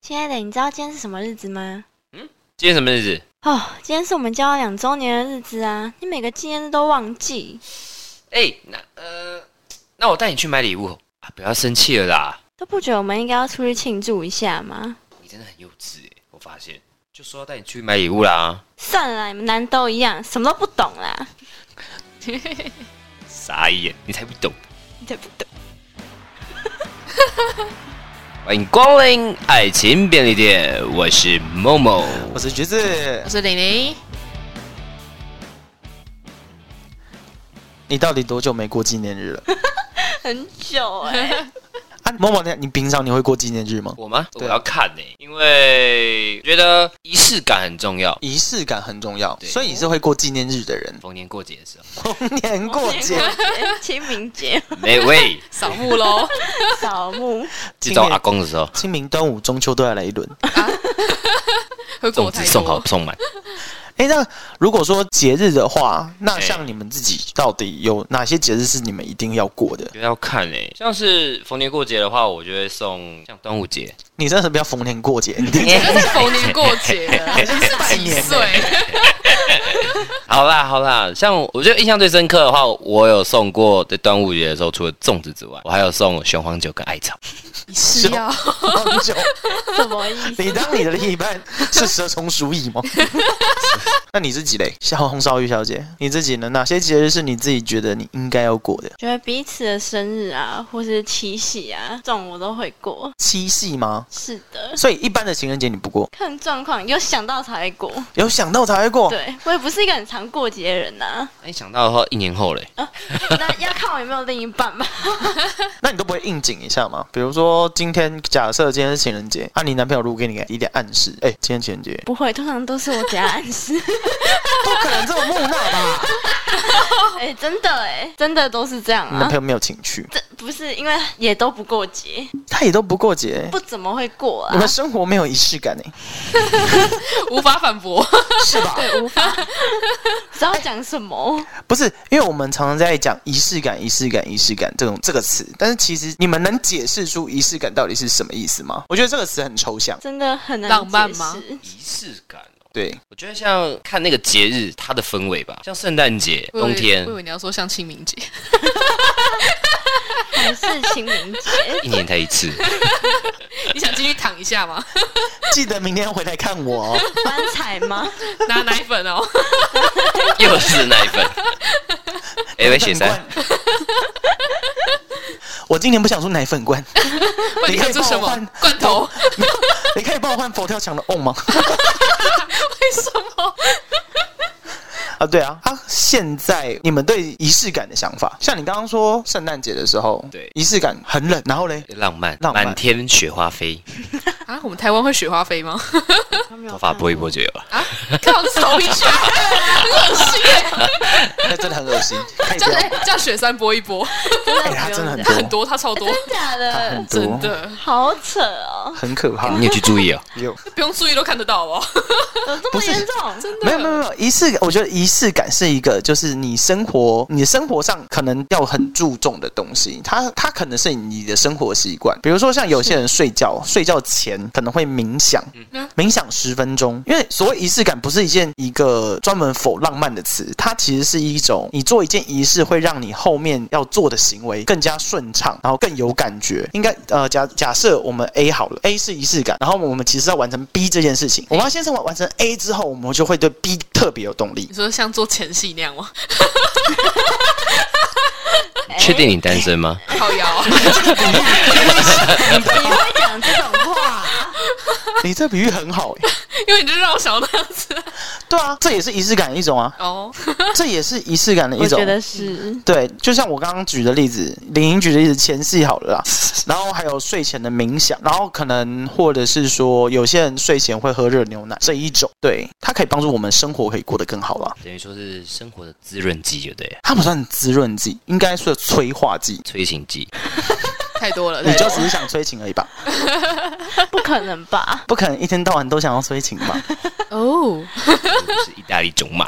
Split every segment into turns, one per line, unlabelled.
亲爱的，你知道今天是什么日子吗？
今天什么日子？
哦，今天是我们交往两周年的日子啊！你每个纪念日都忘记，
哎、那呃，那我带你去买礼物啊！不要生气了啦，
都不觉得我们应该要出去庆祝一下吗？
你真的很幼稚哎、我发现，就说要带你去买礼物啦，
算了啦，你们男都一样，什么都不懂啦。
傻眼，你才不懂。
你才不懂。
欢迎光临爱情便利店，我是某某。
我是橘子，
我是玲玲，
你到底多久没过纪念日了？
很久哎、
啊，某某，你你平常你会过纪念日吗？
我吗？我
对啊
要看欸呢、因为觉得仪式感很重要。
仪式感很重要，
对。
所以你是会过纪念日的人
逢年过节的时候，
逢 年过 节，
清明节、
每 位
扫墓喽。
扫墓，
这种阿
啊
公的时候，
清明、端午、中秋都要来一轮。
会
粽
过
子
太
送好
多，
送满。
哎，那如果说节日的话，那
哎
像你们自己到底有哪些节日是你们一定要过的？
觉得要看欸诶、像是逢年过节的话，我就会送像端午节，
你真的是不要逢年过节，你听起
这
来
是逢年过节了，
好像是拜
几
年。
岁？
好啦好啦，像我觉得印象最深刻的话，我有送过在端午节的时候，除了粽子之外，我还有送雄黄酒跟艾草。
你是
哦
要
好久
什么意思？
你当你的另一 半是蛇虫鼠 蚁吗？那你自己嘞，小红烧鱼小姐，你自己呢？哪些节日是你自己觉得你应该要过的？
觉得彼此的生日啊，或是七夕啊，这种我都会过。
七夕吗？
是的，
所以一般的情人节你不过，
看状况，有想到才会过。
有想到才会过。
对我也不是一个很常过节的人呐、
那哎你想到的话，一年后嘞，
那要看我有没有另一半吧。
那你都不会应景一下吗？比如说今天假设今天是情人节，啊，你男朋友如果给你一点暗示，哎、今天情人节，
不会，通常都是我给他暗示。
不可能这么木讷吧？
哎、真的哎、真的都是这样
你男
啊
朋。友没有情趣，
这不是因为也都不过节，
他也都不过节。
不怎么会过
我
啊
们。生活没有仪式感呢、哎
无法反驳，
是吧？
无法，知道讲什么？
不是，因为我们常常在讲仪式感、仪式感、仪式感这种这个词，但是其实你们能解释出仪式感到底是什么意思吗？我觉得这个词很抽象。
真的很难
浪漫吗
解释？
仪式感、哦。
对，
我觉得像看那个节日，它的氛围吧，像圣诞节、
我以
冬
为
天
我以，为你要说像清明节，
还是清 明节？
一年才一 次。
你想进去躺 一下吗？
记得明天回来看我、哦。
棺材吗？
拿奶粉哦，
又是奶 粉。哎、喂，雪山，
罐。 我今年不想出奶粉 罐，
不然你想做什
你可以帮我
么
换？
罐头？
你可以帮我换佛跳墙的瓮吗？
为什么？
啊，对啊，啊，现在你们对仪式感的想法，像你刚刚说圣诞节的时候，
对
仪式感很冷，然后嘞，
浪漫，
浪漫
满天雪花飞，
啊，我们台湾会雪花飞吗？
头发拨一拨就有了。
啊，靠，头皮雪，很恶心欸耶！
那真的很恶 心，可以
叫
不要，
哎叫雪山播一播，
真
哎、
的
它
不
真的
用讲，
很多，
很多，他超多，
真假
它
的
很，多，
真的哎
好扯哦，
很可怕。
你有去注 意哦？
有
不用注意都看得到哦。
有这
不
么
是
严重？
没有没有没有仪式感？我觉得仪式感是一个，就是你生活你生活上可能要很注重的东西，它它可能是你的生活习惯。比如说像有些人睡觉睡觉前可能会冥想，冥想十分钟，因为所谓仪式感不是一件一个专门否浪漫的词，它其实是一种你做一件仪式会让你后面要做的行为更加顺畅，然后更有感觉。应该呃假假设我们 A 好了，A 是仪式感，然后我们其实要完成 B 这件事情，我们要先是完完成 A 之后，我们就会对 B 特别有动力
你。说像做前戏那样吗？
确定你单身吗？
靠腰，啊
你会讲这种话？
你这比喻很好、欸，
因为你就让我想到那样子。
对啊，这也是仪式感的一种啊，
哦，
这也是仪式感的一
我
种。
觉得是。
对，就像我刚刚举的例子，林颖举的例子，前戏好了啦，然后还有睡前的冥想，然后可能或者是说，有些人睡前会喝热牛奶这一种，对，它可以帮助我们生活可以过得更好啦。
等于说是生活的滋润剂，就对了，
它不算滋润剂，应该是催化剂。
催情剂。
太多了，
你
太多
就
了
只是想催情而已吧？
不可能 吧？
不可能一天到晚都想要催情吧？
哦，
就是意大利 种马，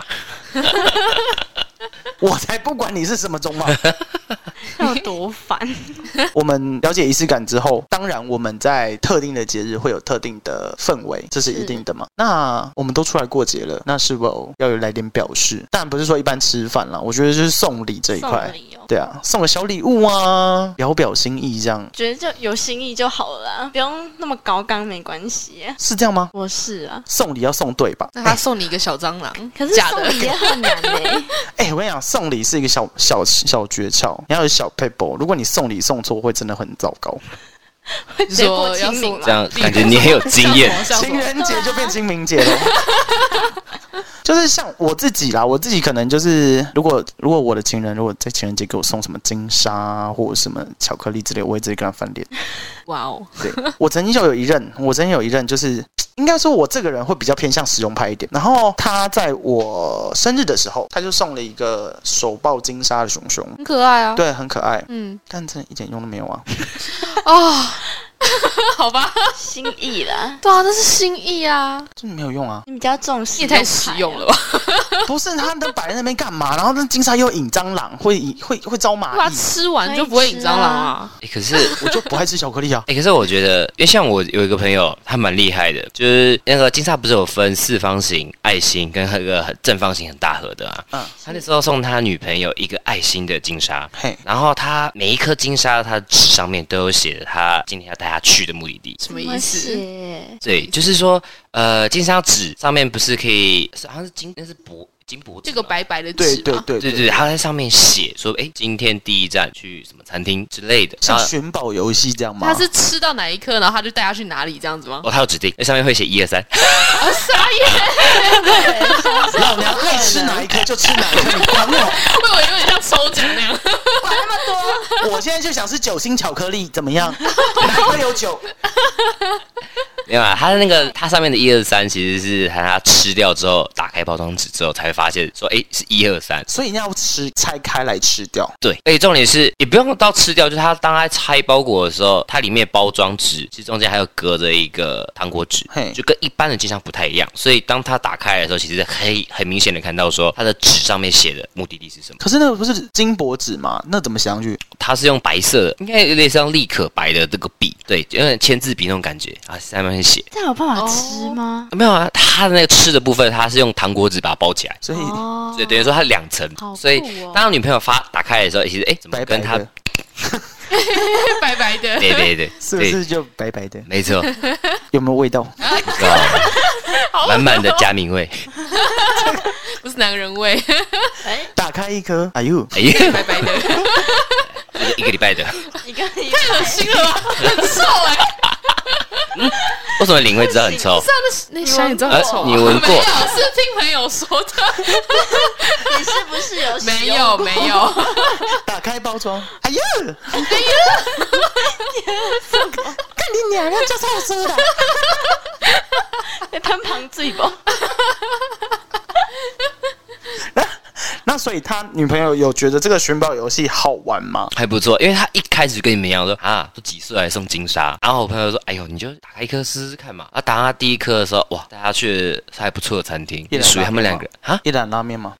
我才不管你是什么种嘛！
那有多烦？
我们了解仪式感之后，当然我们在特定的节日会有特定的氛围，这是一定的嘛。那我们都出来过节了，那是否要有来点表示？但不是说一般吃饭啦，我觉得就是送礼这一块
送。礼哦，
对啊，送个小礼物啊，表表心意这样
觉得就有心意就好了啊，不用那么高刚，没关系。
是这样吗？
我是啊，
送礼要送对吧？
那他送你一个小蟑螂，
可是
假
送
的，
礼也很难哎、
哎、我跟你讲，送礼是一个小小小诀窍，你要有小 paper。如果你送礼送错，会真的很糟糕。
会
你
直接
说
过
要
清
送
明
这样感觉你很有经验。
像什
情
么
人节就变清明节了。 就是像我自己啦，我自己可能就是，如果如果我的情人如果在情人节给我送什么金沙啊或者什么巧克力之类，我会直接跟他翻脸。
哇哦，
对我曾经就有一任，我曾经有一任就是。应该说，我这个人会比较偏向实用派一点。然后他在我生日的时候，他就送了一个手抱金沙的熊熊，
很可爱啊。
对，很可爱，
嗯，
但真的一点用都没有啊。
哦，好吧，
心意啦，
对啊，那是心意啊，
真的没有用啊！
你比较重视，
你也太实用了。吧？
不是他能摆在那边干嘛？然后那金沙又引蟑螂，会引会会招
把它
蚂蚁，
吃完就不会引蟑螂啊。
欸可是
我就不爱吃巧克力啊。
哎、可是我觉得，因为像我有一个朋友，他蛮厉害的，就是那个金沙不是有分四方形、爱心跟那个很正方形很大盒的啊。
嗯
嗯，他那时候送他女朋友一个爱心的金沙，
嘿，
然后他每一颗金沙，他纸上面都有写着他今天要带他去的目的地。
什么
什
意
么
思？
写？
对，就是说，呃，金沙纸上面不是可以，是好像是金，那是箔金箔纸
这
吗
个白白的
对
纸
对
嘛，
对
对对，他在上面写说，哎，今天第一站去什么餐厅之类的，然
像
后
寻宝游戏这样吗？
他是吃到哪一颗，然后他就带他去哪里这样子吗？
哦，他有指定，那上面会写一二三，
啊，傻眼！
老娘爱吃哪一颗就吃哪一颗，你管我！
我以为有点像抽奖那样。
我现在就想吃酒心巧克力，怎么样？哪一颗有酒？
没有啊，它的那个它上面的一二三其实是它吃掉之后，打开包装纸之后才会发现说，哎，是一二三。
所以你要吃拆开来吃掉。
对，而且重点是也不用到吃掉，就是它当它拆包裹的时候，它里面包装纸其实中间还有隔着一个糖果纸
嘿，
就跟一般的金沙不太一样，所以当它打开来的时候，其实可以很明显的看到说它的纸上面写的目的地是什么。
可是那个不是金箔纸吗？那怎么写上去？
它是用白色的，应该有点像立可白的这个笔，对，有点签字笔那种感觉啊，上面写。
这样有办法吃吗？
没有啊，它的那个吃的部分，它是用糖果纸把它包起来，
所以
哦
所以等于说它两层
好酷，哦
所以当女朋友发打开的时候，其实哎，怎么
白白
跟它？
的，
白白的，
对对对，
是不
对
是就白白的？
没 错，
有没有味道？
是吧
好恶
满满的
哦
加冕味。
不是男人味，
哎，
打开一颗，哎呦，
哎呀，
白白的，太
这个一个礼拜的，
你跟你
恶心了吧，很臭哎、
为什么领会知道很臭
不？是啊，那是那香你知道很臭、啊
呃你闻过
没有，是听朋友说的，
你是不是有
没有没有，
打开包装，哎呦，哎呦，看你娘，那就是我说的。
有喷旁醉吧？
哦那所以他女朋友有觉得这个寻宝游戏好玩吗？
还不错，因为他一开始跟你们一样说啊，都几岁还送金沙，然后我朋友说，哎呦，你就打开一颗试试看嘛。啊，打他第一颗的时候，哇，带他去还不错的餐厅
一人，
属于他们两个啊，
一兰拉面吗？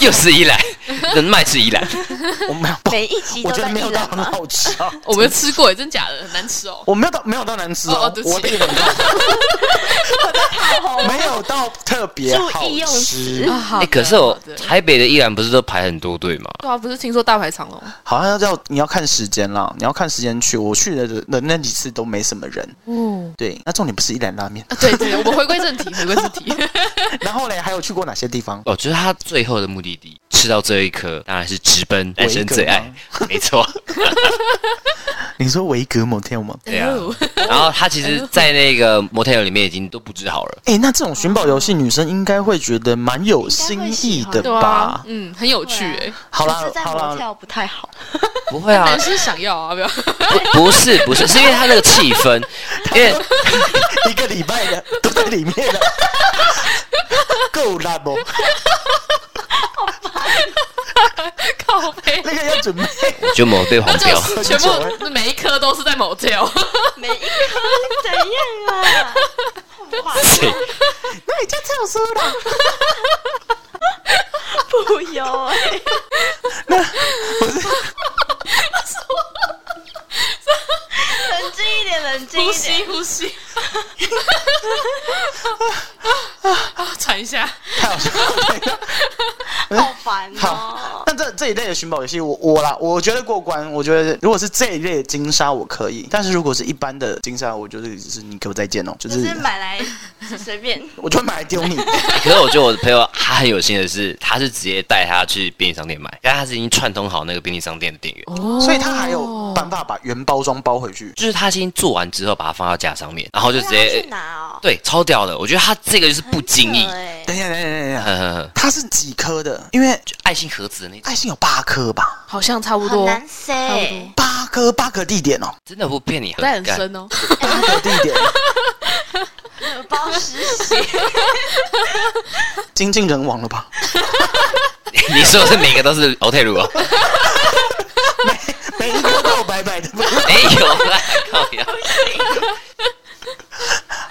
又是依 兰，人脉是依兰，
我没有，不
每一集
我
都
觉
在
得没有
议
到
论
很
吗？
好吃啊。
我没有吃过哎、真假的，很难吃哦。
我没有到没有到难吃
哦哦
哦，
对不起
我的一兰没有到特别好
注意用
吃
词，
啊，好
哎、
的
可是我
好的
台北的依然不是都排很多队吗？
对啊，不是听说大排长龙，
好像要你要看时间啦，你要看时间去。我去的的那几次都没什么人。
哦，
对，那重点不是一兰拉面。
啊对对，我们回归正题，回归正题，
然后嘞，还有去过哪些地方？
哦，就是他最后的目的地，吃到这一颗，当然是直奔人生最爱，没 错，
你说维格 motel 吗？
对啊
哎呦。
然后他其实，在那个 motel 里面已经都布置 好了，
哎，那这种寻宝游戏，女生应该会觉得蛮有新意
应
的
该会喜欢
对
吧
啊？，嗯，很有趣哎、
好
可
啦
是，在
好
佛
啦，
跳不太好，
不会啊
男，生想要啊，不要，
不不是不是，是因为他那个气氛，因为
一个礼拜的都在里面 了，够了不？
靠背，
那个要准备，
就某对黄
就
标，
是全
很
部每一颗都是在 motel，
每一个怎样啊？ 哇，
对
那你就这样说了。
不一有哎、冷静一点，冷静
呼
一点
吸。呼吸， 啊，喘一下，
太好笑了。
好烦
好
哦！
但这这一类的寻宝游戏，我我啦，我觉得过关。我觉得如果是这一类的金沙，我可以；但是如果是一般的金沙，我就是就是你可不再见哦，就
就是是买来随便，
我就买来丢 你。
可是我觉得我的朋友他很有心的是，他是直接带他去便利商店买，但他是已经串通好那个便利商店的店员，
哦
所以他还有
哦
办法把原包装包回去。
就是他先做完之后把它放到架上面，然后就直
对啊
接
去拿哦。
对超屌的。我觉得他这个就是不经意
很扯，欸
等一下，等一下，等一下，等一下，
呵呵呵
它是几颗的？因为
就爱心盒子的那种，
爱心有八颗吧，
好像差不
很
多，
难塞。
八颗八个地点哦，
真的不骗你，
但很
干
深哦。
八个地点。
包实习，
精尽人亡 了吧？
你说的是每个都是欧泰乳哦？
每一个都有白白的，
没有啦，靠呀！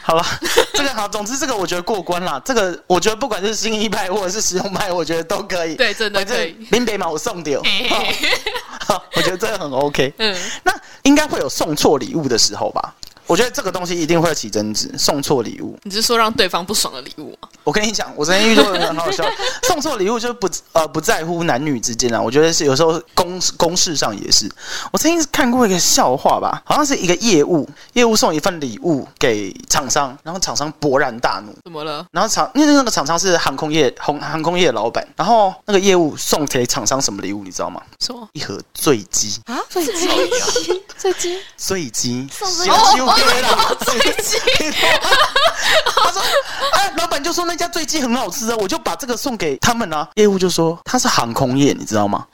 好吧？ 这个好，总之这个我觉得过关啦。这个我觉得不管是新一派或者是实用派，我觉得都可以。
对真的
反正
可以
林北嘛，我送掉。好 好，我觉得这个很 OK。
嗯，
那应该会有送错礼物的时候吧？我觉得这个东西一定会起争执，送错礼物。
你是说让对方不爽的礼物吗？
我跟你讲，我昨天遇到一个很好 笑，送错礼物就是不呃不在乎男女之间啊，我觉得是有时候公公事上也是。我曾经看过一个笑话吧，好像是一个业务，业务送一份礼物给厂商，然后厂商勃然大怒。
怎么了？
然后厂，因为那个厂商是航空业航航空业老板，然后那个业务送给厂商什么礼物，你知道吗？
什么
一盒醉鸡，
啊？最近最近
醉鸡，
送
小
醉鸡
酒给了醉鸡。他说：“哎，老板就说那家醉鸡很好吃啊，我就把这个送给他们啊。”业务就说：“他是航空业，你知道吗？”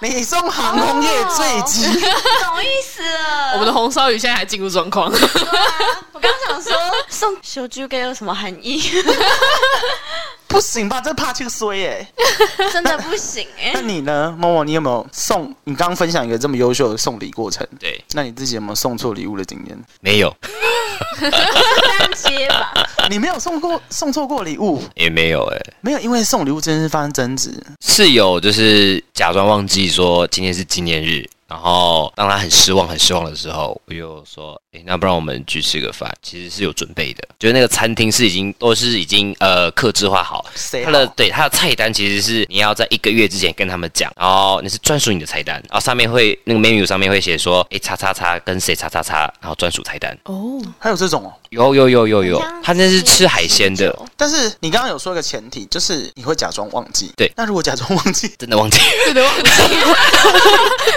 你送航空业醉鸡，
懂意思啊了。
我们的红烧鱼现在还进入状况，
对啊，我刚想说送小猪给有什么含义，
不行吧？这怕去衰哎、
真的不行哎、
那你呢，默默？你有没有送？你刚刚分享一个这么优秀的送礼过程，
对，
那你自己有没有送错礼物的经验？
没有，
圣诞节吧，
你没有送过送错过礼物，
也没有、哎，
没有因为送礼物这件事发生争执，
是有，就是假装忘记说今天是纪念日，然后让他很失望、很失望的时候，我就说，哎、那不然我们去吃个饭，其实是有准备的，就是那个餐厅是已经都是已经呃克制化好。
谁
他的对他的菜单其实是你要在一个月之前跟他们讲，然后那是专属你的菜单，然后上面会那个 menu 上面会写说，哎，叉叉叉跟谁叉叉叉，然后专属菜单。
哦，
还有这种哦？
有有有有有
很像，
他那是吃海鲜的，
但是你刚刚有说一个前提，就是你会假装忘记。
对
那如果假装忘记，
真的忘记。
真的忘记，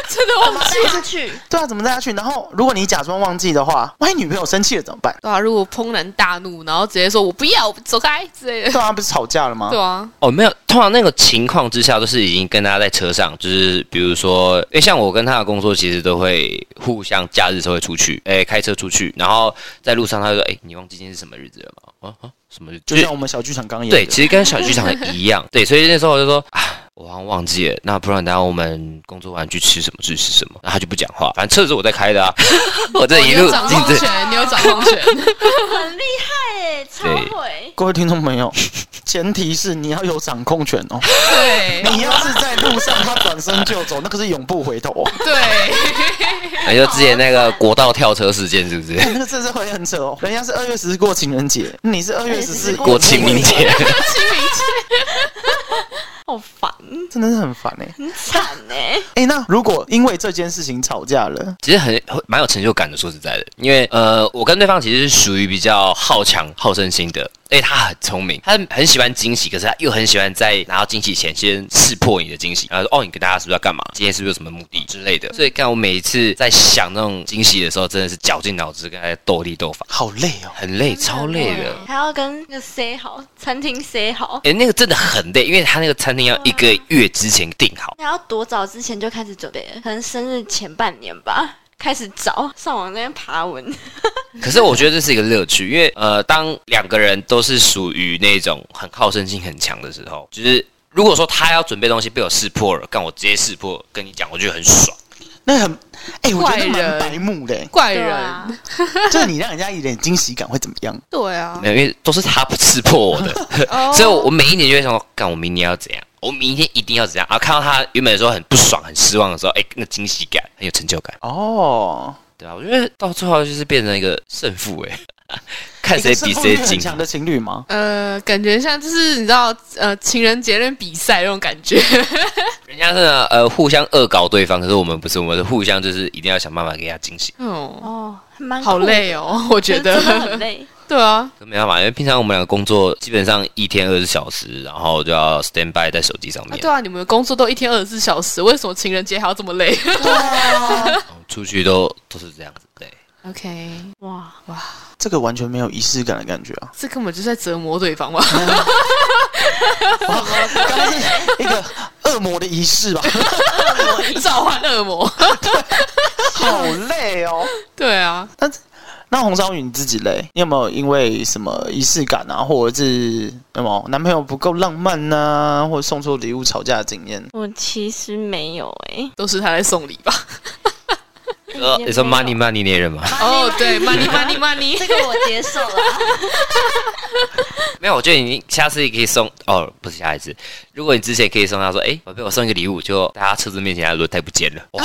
真的忘记。
带他去，
对啊，怎么带他去？然后如果你假装忘记的话，万一女朋友生气了怎么办？
对啊，如果怦然大怒，然后直接说我不要，走开之类的。
对啊，不是吵架了吗？
对啊，
哦，没有，通常那个情况之下，都是已经跟他在车上，就是比如说，因为像我跟他的工作，其实都会互相假日时候会出去，哎、开车出去，然后在路上他就说，哎、你忘记今天是什么日子了吗？哦、啊，什么日子？
就像我们小剧场刚演的。
对，其实跟小剧场的一样， 对，所以那时候我就说啊。我好像忘记了，那不然等下我们工作完去吃什么去吃什么？然后他就不讲话，反正车子我在开的啊， 我这
你
一
有
路
掌
镜
控
子，
权，你有掌 控权。
很厉害哎、超会。
各位听众朋友，前提是你要有掌控权哦。
对
你要是在路上他转身就走，那可是永不回头哦。
对，
你说之前那个国道跳车事件是不是？
哎那个真是会很扯哦。人家是二月十四过情人节，你是二月十四
过清明，节，
好烦，
真的是很烦哎、
很惨哎、
哎、那如果因为这件事情吵架了，
其实很蛮有成就感的，说实在的，因为呃，我跟对方其实是属于比较好强、好胜心的，哎，他很聪明，他很喜欢惊喜，可是他又很喜欢在拿到惊喜前先识破你的惊喜，然后说哦，你跟大家是不是要干嘛？今天是不是有什么目的之类的？所以，看我每一次在想那种惊喜的时候，真的是绞尽脑汁跟他斗力斗法，
好累哦。
很累，嗯超累的。
还要跟那个 say 好，餐厅 say 好，
哎，那个真的很累，因为他那个餐厅要一个月之前订好。
你要多早之前就开始准备了，可能生日前半年吧。开始找上网那边爬文，
可是我觉得这是一个乐趣，因为呃，当两个人都是属于那种很好胜心很强的时候，就是如果说他要准备东西被我识破了，干我直接识破，跟你讲，我觉得很爽。
那很，哎、我觉得
坏
蛮
人
白目的、 欸
怪
对
人，
啊，
就是你让人家一点惊喜感会怎么样？
对啊
没，有，因为都是他不识破我的，
哦
所以我每一年就会想说，干我明年要怎样，我明天一定要怎样。然后看到他原本的时候很不爽、很失望的时候，哎、那惊喜感很有成就感，
哦，
对啊，我觉得到最后就是变成一个胜负、哎， 看谁比谁
一个胜负欲
精
很。强的情侣吗？
呃，感觉像就是你知道，呃，情人节那比赛那种感觉，
人家是呃互相恶搞对方，可是我们不是，我们是互相就是一定要想办法给他惊喜。
哦，
哦，还蛮
好
酷的，
累 哦，我觉
真的
得，
很累。
对啊，
可没办法，因为平常我们两个工作基本上一天二十小时，然后就要 stand by 在手机上
啊
面，
对啊，你们工作都一天二十四小时，为什么情人节还要这么累
然后出去都都是这样子。对，
？OK，
哇，
这个完全没有仪式感的感觉 啊！
这根本就是在折磨对方吧？
哇刚刚是一个恶魔的仪式 吧，
召唤恶魔，
好累哦。
对啊，
那红烧鱼你自己嘞？你有没有因为什么仪式感啊，或者是什么男朋友不够浪漫呐、或者送错礼物吵架的经验？
我其实没有哎、
都是他在送礼吧？
呃，你说
没有
money money 那人吗？
哦，对，money money money，
这 个我接受了，
没有，我觉得你下次也可以送哦，不是下一次，如果你之前可以送他说，哎，宝贝，我送一个礼物，就在他车子面前，他轮胎不见了， 哇，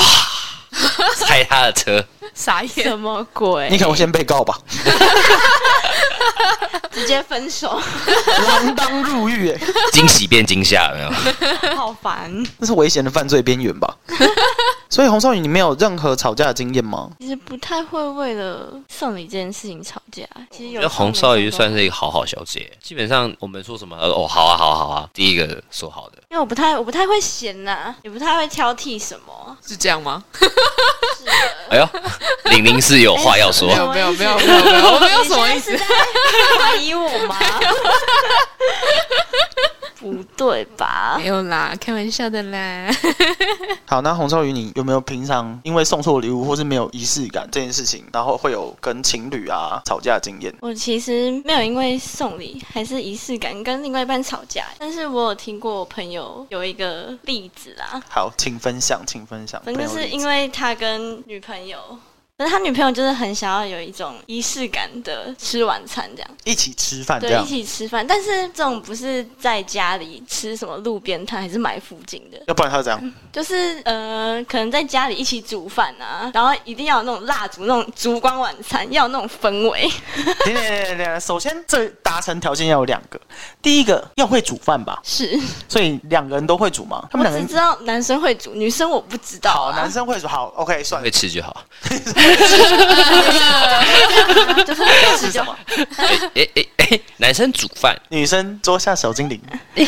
拆他的车，
傻眼
什，么鬼？
你可能先被告吧，
直接分手，
锒铛入狱、欸，
惊喜变惊吓，有没有？
好烦。
那是危险的犯罪边缘吧。所以红少女，你没有任何吵架的经验吗？
其实不太会为了送礼这件事情吵架。其实
我
有
觉得红烧鱼算
是，
是一个好好小姐，基本上我们说什么，呃哦，好啊，好啊，好啊，第一个说好的，
因为我不太我不太会嫌呐、也不太会挑剔什么。
是这样吗？
哎呦， 玲玲是有话要说
哎
没。有没有没有没有没有，我没有
你
什么意
现
思
在。是在怀疑我吗？不对吧
没？有啦，开玩笑的啦。
好，那红烧鱼，你有没有平常因为送错礼物或是没有仪式感这件事情，然后会有跟情侣啊吵架的经验？
我其实没有因为送礼还是仪式感跟另外一半吵架，但是我有听过我朋友有一个例子啦，
好，请分享，请分享。
反正就是因
为
为他跟女朋友，可是他女朋友就是很想要有一种仪式感的吃晚餐这样，
一起吃啊饭这
对，
样
一，起吃饭，但是这种不是在家里吃什么路边摊，还是买附近的，
要不然他 这样，
就是呃，可能在家里一起煮饭啊，然后一定要有那种蜡烛，那种烛光晚餐，要有那种氛围，
等等等等等，首先这达成条件要有两个，第一个要会煮饭吧，
是。
所以两个人都会煮吗？
我
他们两
只
个人
知道男生会煮，女生我不知道、
好，
啊。
男生会煮，好，OK，算了
会。吃就好。
就是二 十
是什
九，
么？
哎哎哎，男生煮饭，
女生桌下 小精灵，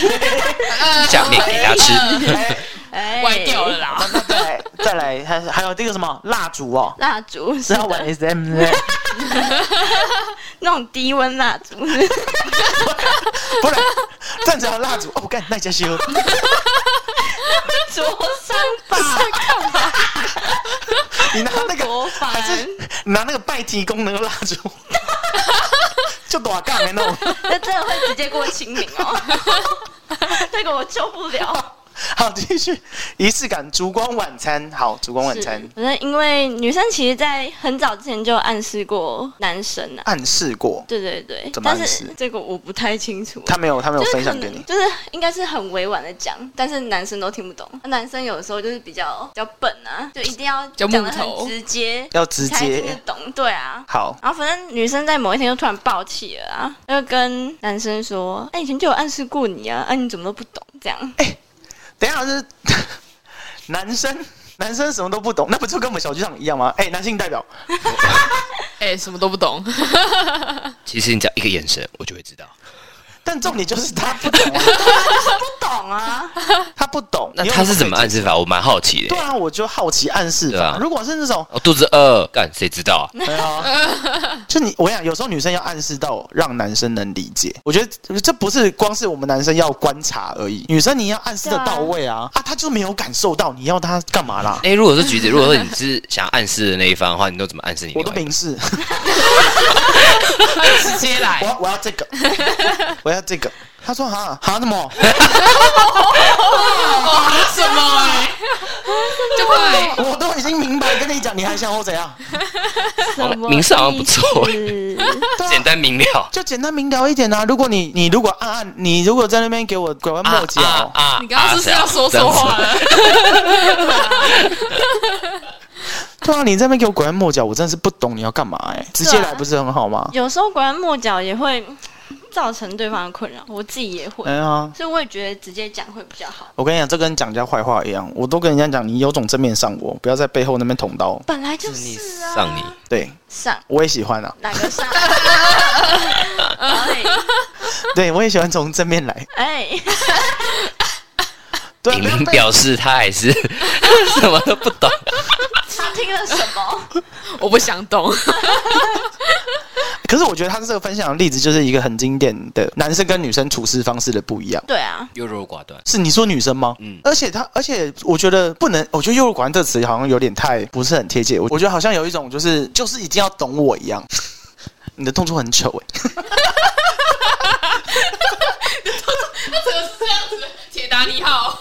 下面给他吃。
哎
哎
啊歪掉了。啦。
那再来再来，还还有第一个什么蜡烛哦，
蜡烛
是
是
要玩 SM 的，
那种低温蜡烛，
不然站着要蜡烛，哦，干那家 修。
灼伤吧，
你拿那个
多烦
还是你拿那个拜提功能蜡烛， 就短杠的那种。
那真的会直接过清明哦。那个我救不了。
好，继续仪式感，烛光晚餐。好，烛光晚餐
是，反正因为女生其实，在很早之前就暗示过男生啊，
暗示过，
对对对
怎，么暗
但
示
是这个我不太清楚。啊
他没有，他没有
就是
分
可
享给你
能。就是应该是很委婉的讲，但是男生都听不懂。男生有的时候就是比较比较笨啊，就一定要
较
讲
木
的
头
很直接，
要直
才听得
接。
懂。对啊，
好，
然后反正女生在某一天就突然爆气了啊，就跟男生说：“哎、以前就有暗示过你啊，啊你怎么都不懂这样？”
等一下是男生。男生什么都不懂，那不就跟我们小剧场一样吗？哎、男性代表，
哎、什么都不懂，
其实你只要一个眼神，我就会知道。
但重点就是他不懂啊、
不懂啊，
他不懂。
那
你有
他
没有
是怎么
可以
暗示法？我蛮好奇的
对
欸。
啊，我就好奇暗示
对
法。
啊
如果是那种
我肚子饿，干谁知道啊？
对啊， 就你，我跟你讲，有时候女生要暗示到让男生能理解，我觉得这不是光是我们男生要观察而已，女生你要暗示的到位啊，啊，他就没有感受到，你要他干嘛啦？
哎、如果是橘子，如果说你是想暗示的那一方的话，你都怎么暗示你另外
我都
一半？
明示，
直接 来
我。要我要这 个，我要这个。他说哈哈什么？
哦，什么、欸？就怪，
我都已经明白跟你讲，你还想我怎样？
什么
哦名次好像不错
意思
对啊
简单明 了。
就简单明了一点啊！如果你你如果暗暗，你如果在那边给我拐弯抹角，
啊
你刚刚是不是要说错话了？
对啊，你在那边给我拐弯抹角，我真的是不懂你要干嘛哎、直接
对啊
来不是很好吗？
有时候拐弯抹角也会造成对方的困扰，我自己也会，
嗯啊，
所以我也觉得直接讲会比较好。
我跟你讲，这跟讲人家坏话一样，我都跟人家讲，你有种正面上我，不要在背后那边捅刀。
本来就
你
是啊，
上你，
对
上
我也喜欢 啊，
哪个 上？
对我也喜欢从正面来。
哎 哎，
对啊，
玲
不要
玲
被
表示她还 是什么都不懂。
他听了什么？
我不想懂，
可是我觉得他这个分享的例子就是一个很经典的男生跟女生处事方式的不一样。
对啊，
优柔寡断，
是你说女生吗？嗯
嗯，
而且他，而且我觉得不能，我觉得“优柔寡断”这个词好像有点太不是很贴切。我我觉得好像有一种就是就是一定要懂我一样。 你的动作很丑哎、
怎么是这样子？铁达尼号，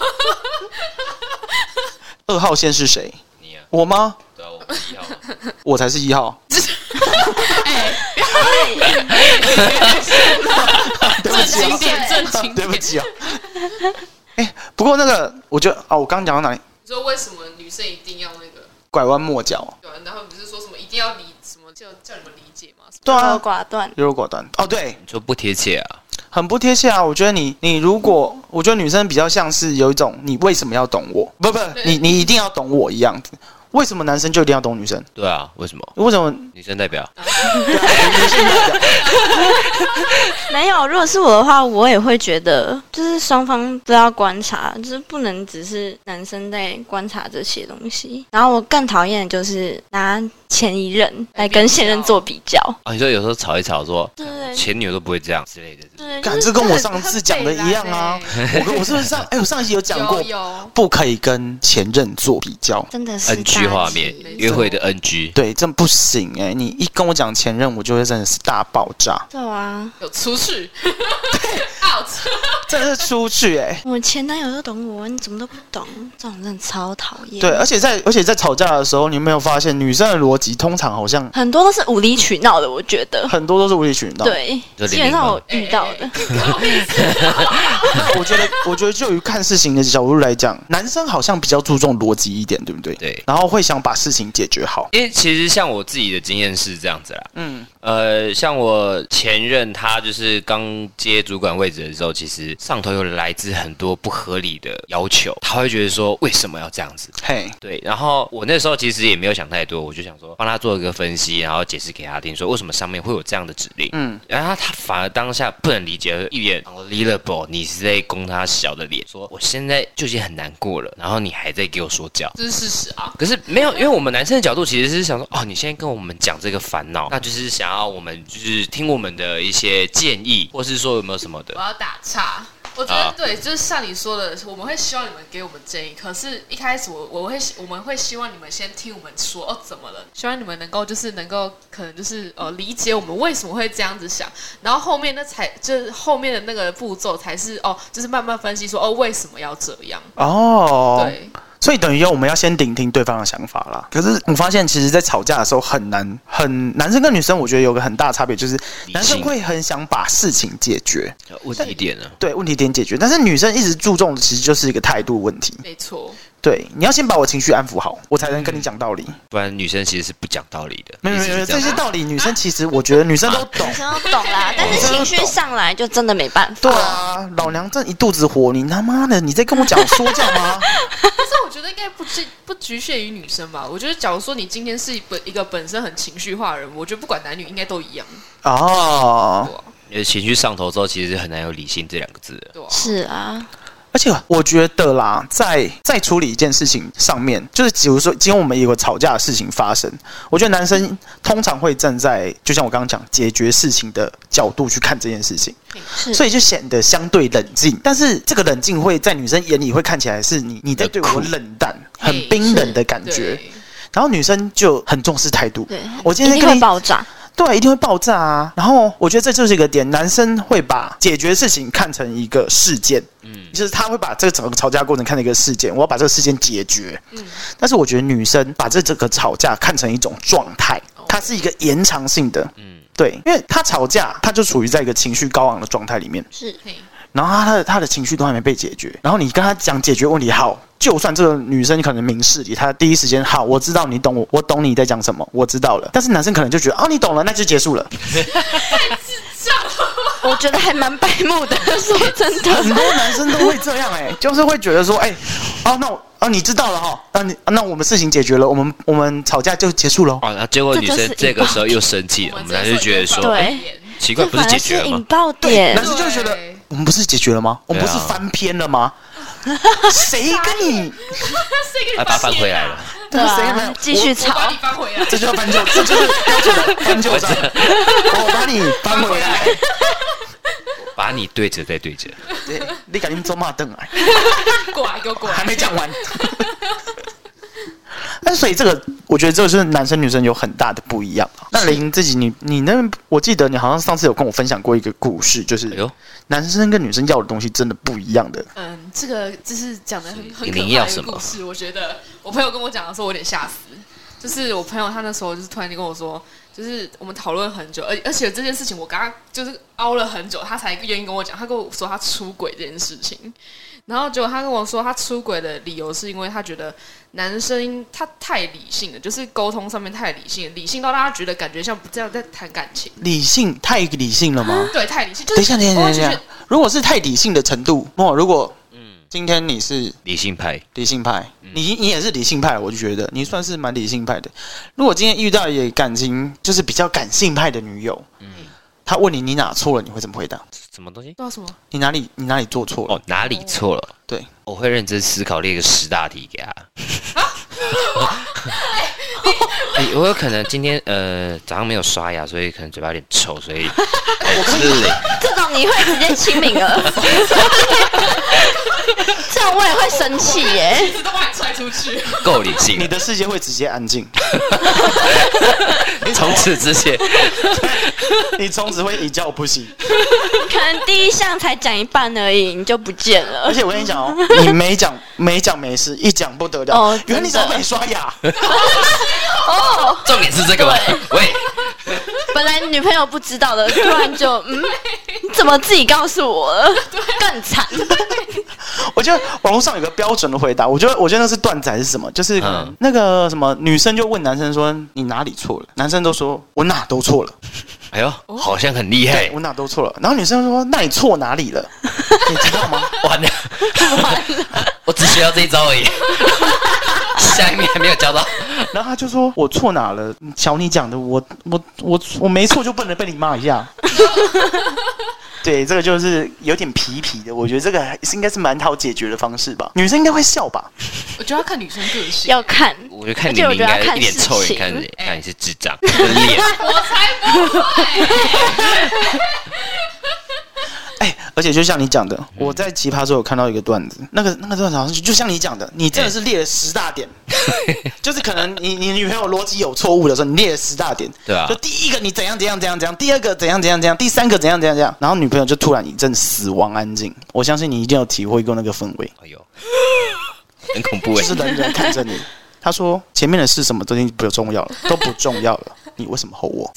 二号线是谁？
你啊，
我吗？
对啊，我不一样。
我才是一 号。
哎，
对不
正
起、
经
啊，
点，正经
对不
点。
起啊。哎、不过那个，我觉得哦，我刚刚讲到哪里？
你说为什么女生一定要那个？
拐弯抹角。
对啊，然后不是说什么一定要理什么叫叫你们理解吗？
对
优
啊
柔，寡断，
优柔寡断。哦，对，
你说不贴切啊？
很不贴切啊！我觉得你，你如果，我觉得女生比较像是有一种你为什么要懂我？不不，你你一定要懂我一样子。为什么男生就一定要懂女生？
对啊，为什么？
为 什么啊
女生代表
没有，如果是我的话，我也会觉得，就是双方都要观察，就是不能只是男生在观察这些东西。然后我更讨厌的就是拿前一任来跟现任做比较，
啊？你说有时候吵一吵说，
对
嗯
对
前女友都不会这样之类的。
对，
感
就
这
是
跟我上次讲的一样 啊！我跟我是不是上？哎、我上一集有讲过
有，有，
不可以跟前任做比较，
真的是
NG
大
画
忌
面
没，错
约会的 NG，
对，这不行哎、你一跟我讲前任，我就会真的是大爆炸，
对啊，
有出去，out，
真的是出去 哎、
我前男友都懂我，你怎么都不懂，这种真的超讨厌。
对，而且在而且在吵架的时候，你有没有发现女生的逻辑通常好像
很多都是无理取闹的，我觉得。
很多都是无理取闹？，
对，
就
基
零
本
零
上
吗
我遇到的，
那我觉得我觉得就于看事情的角度来讲，男生好像比较注重逻辑一点，对不对？
对
然后会想把事情解决好。
因为其实像我自己的经验是这样子啦，
嗯，
呃，像我前任他就是刚接主管位置的时候，其实上头有来自很多不合理的要求，他会觉得说为什么要这样子？
嘿，
对，然后我那时候其实也没有想太多，我就想说帮他做一个分析，然后解释给他听，说为什么上面会有这样的指令。
嗯，
然后他反而当下不能理解，一脸 unbelievable，你是在攻他小的脸，说我现在就已经很难过了，然后你还在给我说教。
这是事实啊。
可是没有，因为我们男生的角度其实是想说，哦，你现在跟我们讲这个烦恼，那就是想要我们就是听我们的一些建议，或是说有没有什么
我
的，
要打岔。我觉得
啊
对，就是像你说的，我们会希望你们给我们建议，可是一开始我我会我们会希望你们先听我们说哦怎么了，希望你们能够就是能够可能就是呃理解我们为什么会这样子想，然后后面那才就是后面的那个步骤才是哦，就是慢慢分析说哦为什么要这样，
哦，
对，
所以等于要我们要先聆听对方的想法啦。可是我发现，其实，在吵架的时候很难，很男生跟女生，我觉得有个很大的差别，就是
理性
男生会很想把事情解决，
问题点呢？
对问题点解决，但是女生一直注重的其实就是一个态度问题。
没错，
对，你要先把我情绪安抚好，我才能跟你讲道理。
不然女生其实是不讲啊道理的。
没有没有没有，
一直是这样
这些道理女生其实我觉得女生都懂
女。生都懂啦，但
女
是
生都
情绪
懂
上来就真的没办法。
对啊，老娘这一肚子火，你他妈的，你在跟我讲说教吗？
但是我觉得应该不局 不局限于女生吧，我觉得假如说你今天是一本一个本身很情绪化的人，我觉得不管男女应该都一样，
哦
对，啊
因为情绪上头之后，其实很难有理性这两个字的。
对啊
是啊，
而且我觉得啦，在在处理一件事情上面，就是比如说今天我们有个吵架的事情发生，我觉得男生通常会站在就像我刚刚讲解决事情的角度去看这件事情，
是，
所以就显得相对冷静。但是这个冷静会在女生眼里会看起来是你你在对我冷淡，很冰冷的感觉，
对
然后女生就很重视态度。
对，
我今天
一
跟
定会
你
爆炸。
对，一定会爆炸啊。然后我觉得这就是一个点，男生会把解决事情看成一个事件，嗯，就是他会把这个整个吵架过程看成一个事件，我要把这个事件解决。嗯，但是我觉得女生把这整个吵架看成一种状态，
哦
它是一个延长性的，嗯，对，因为她吵架，她就处于在一个情绪高昂的状态里面，
是
嘿
然后他的他的情绪都还没被解决，然后你跟他讲解决问题，好，就算这个女生可能明事理，她第一时间好，我知道你懂我，我懂你在讲什么，我知道了。但是男生可能就觉得，哦，你懂了，那就结束了。
我觉得还蛮白目 的，说真
很
的。
多男生都会这样、哎，就是会觉得说，哎、哦，那我，哦，你知道了哈、哦，那、你，那我们事情解决了，我们我们吵架就结束喽。
哦，那结果
这
女
就
生
是
这
引
个
爆
时候又生气了，我们才就觉得说，
对
哎奇怪，不是
反
解
而
决
是
了
引
吗？
爆点
男，生就会觉得
对，
我们不是解决了吗？我们不是
对啊
翻篇了吗？谁跟你？
谁给你
啊，把它翻回来了，
对
谁跟
啊
你？，
继续
我把
吵
你。翻回来，
这就叫翻旧，这就是标准的翻旧账。 我把你翻回来，
把你对着再对着，
对 你赶紧走马凳来，
过来给我过
还
来。
没讲完。但哎所以这个，我觉得这个是男生女生有很大的不一样啊。那林自己你，你那边我记得你好像上次有跟我分享过一个故事，就
哎
是
呦，
男生跟女生要的东西真的不一样的。
嗯，这个就是讲的很很可
你
怕
要
的一
什
个
么
故事。我觉得我朋友跟我讲的时候，我有点吓死。就是我朋友他那时候就是突然就跟我说，就是我们讨论很久，而而且这件事情我跟他就是凹了很久，他才愿意跟我讲。他跟我说他出轨这件事情，然后结果他跟我说他出轨的理由是因为他觉得男生他太理性了，就是沟通上面太理性了，理性到大家觉得感觉像不这样在谈感情。
理性太理性了吗？
对，太理性。哦就是、
啊等一下，等一下，等
我会
一
觉得
下。如果是太理性的程度，哦，如果今天你是
理性派，
理性派，你你也是理性派，我就觉得你算是蛮理性派的。如果今天遇到也感情就是比较感性派的女友，嗯，她问你你哪错了，你会怎么回答？
什么东西？
叫什么？
你哪里你哪里做错了？
哦，哪里错了？
对，
我会认真思考列个十大题给他。
啊
哎我有可能今天呃早上没有刷牙，所以可能嘴巴有点臭，所 以我吃了
这种你会直接亲敏 儿，这种我也会生气耶。
一直都把你踹出去。
够理性
你
了。
的世界会直接安静，
从此之前，
你从此会一觉不醒。
可能第一项才讲一半而已，你就不见
而
了。
且我跟你讲哦，你没讲没讲没事，一讲不得了。
哦
原来你怎么
真的
没刷牙？
哦，
重点是这个吗？ 喂，
本来女朋友不知道的，突然 就嗯，你怎么自己告诉我了？更惨。
我觉得网络上有个标准的回答，我觉得我觉得那是段子还是什么，就是可能
嗯
那个什么女生就问男生说你哪里错了，男生都说我哪都错了。哎
哎呦，好像很厉害
对，我，哪都错了。然后女生说：“那你错哪里了？你知道吗
完了， 我只学到这一招而已， 下一面还没有教到。？”
然后她就说：“我错哪了？瞧你讲的，我我我我没错，就不能被你骂一下。” 对，这个就是有点皮皮的，我觉得这个还是应该是蛮好解决的方式吧。女生应该会笑吧？
我觉得要看女生个性。
要看，
我就看
而
你
且我
们应
觉得要
该
看
一脸
事
臭
情
脸看着你，看你是智障，脸
我才不会。
哎，而且就像你讲的，
嗯
我在奇葩说有看到一个段子，那个那个段子好像就就像你讲的，你
哎
真的是列了十大 点，就是可能你你女朋友逻辑有错误的时候，你列了十大点，
对啊
就第一个你怎样怎样怎样怎样，第二个怎样怎样怎样，第三个怎样怎样怎样，然后女朋友就突然一阵死亡安静，我相信你一定有体会过那个氛围，
哎呦，很恐怖哎、
就是人人看着你，他说前面的是什么都已经不重要了，都不重要了，你为什么 吼我？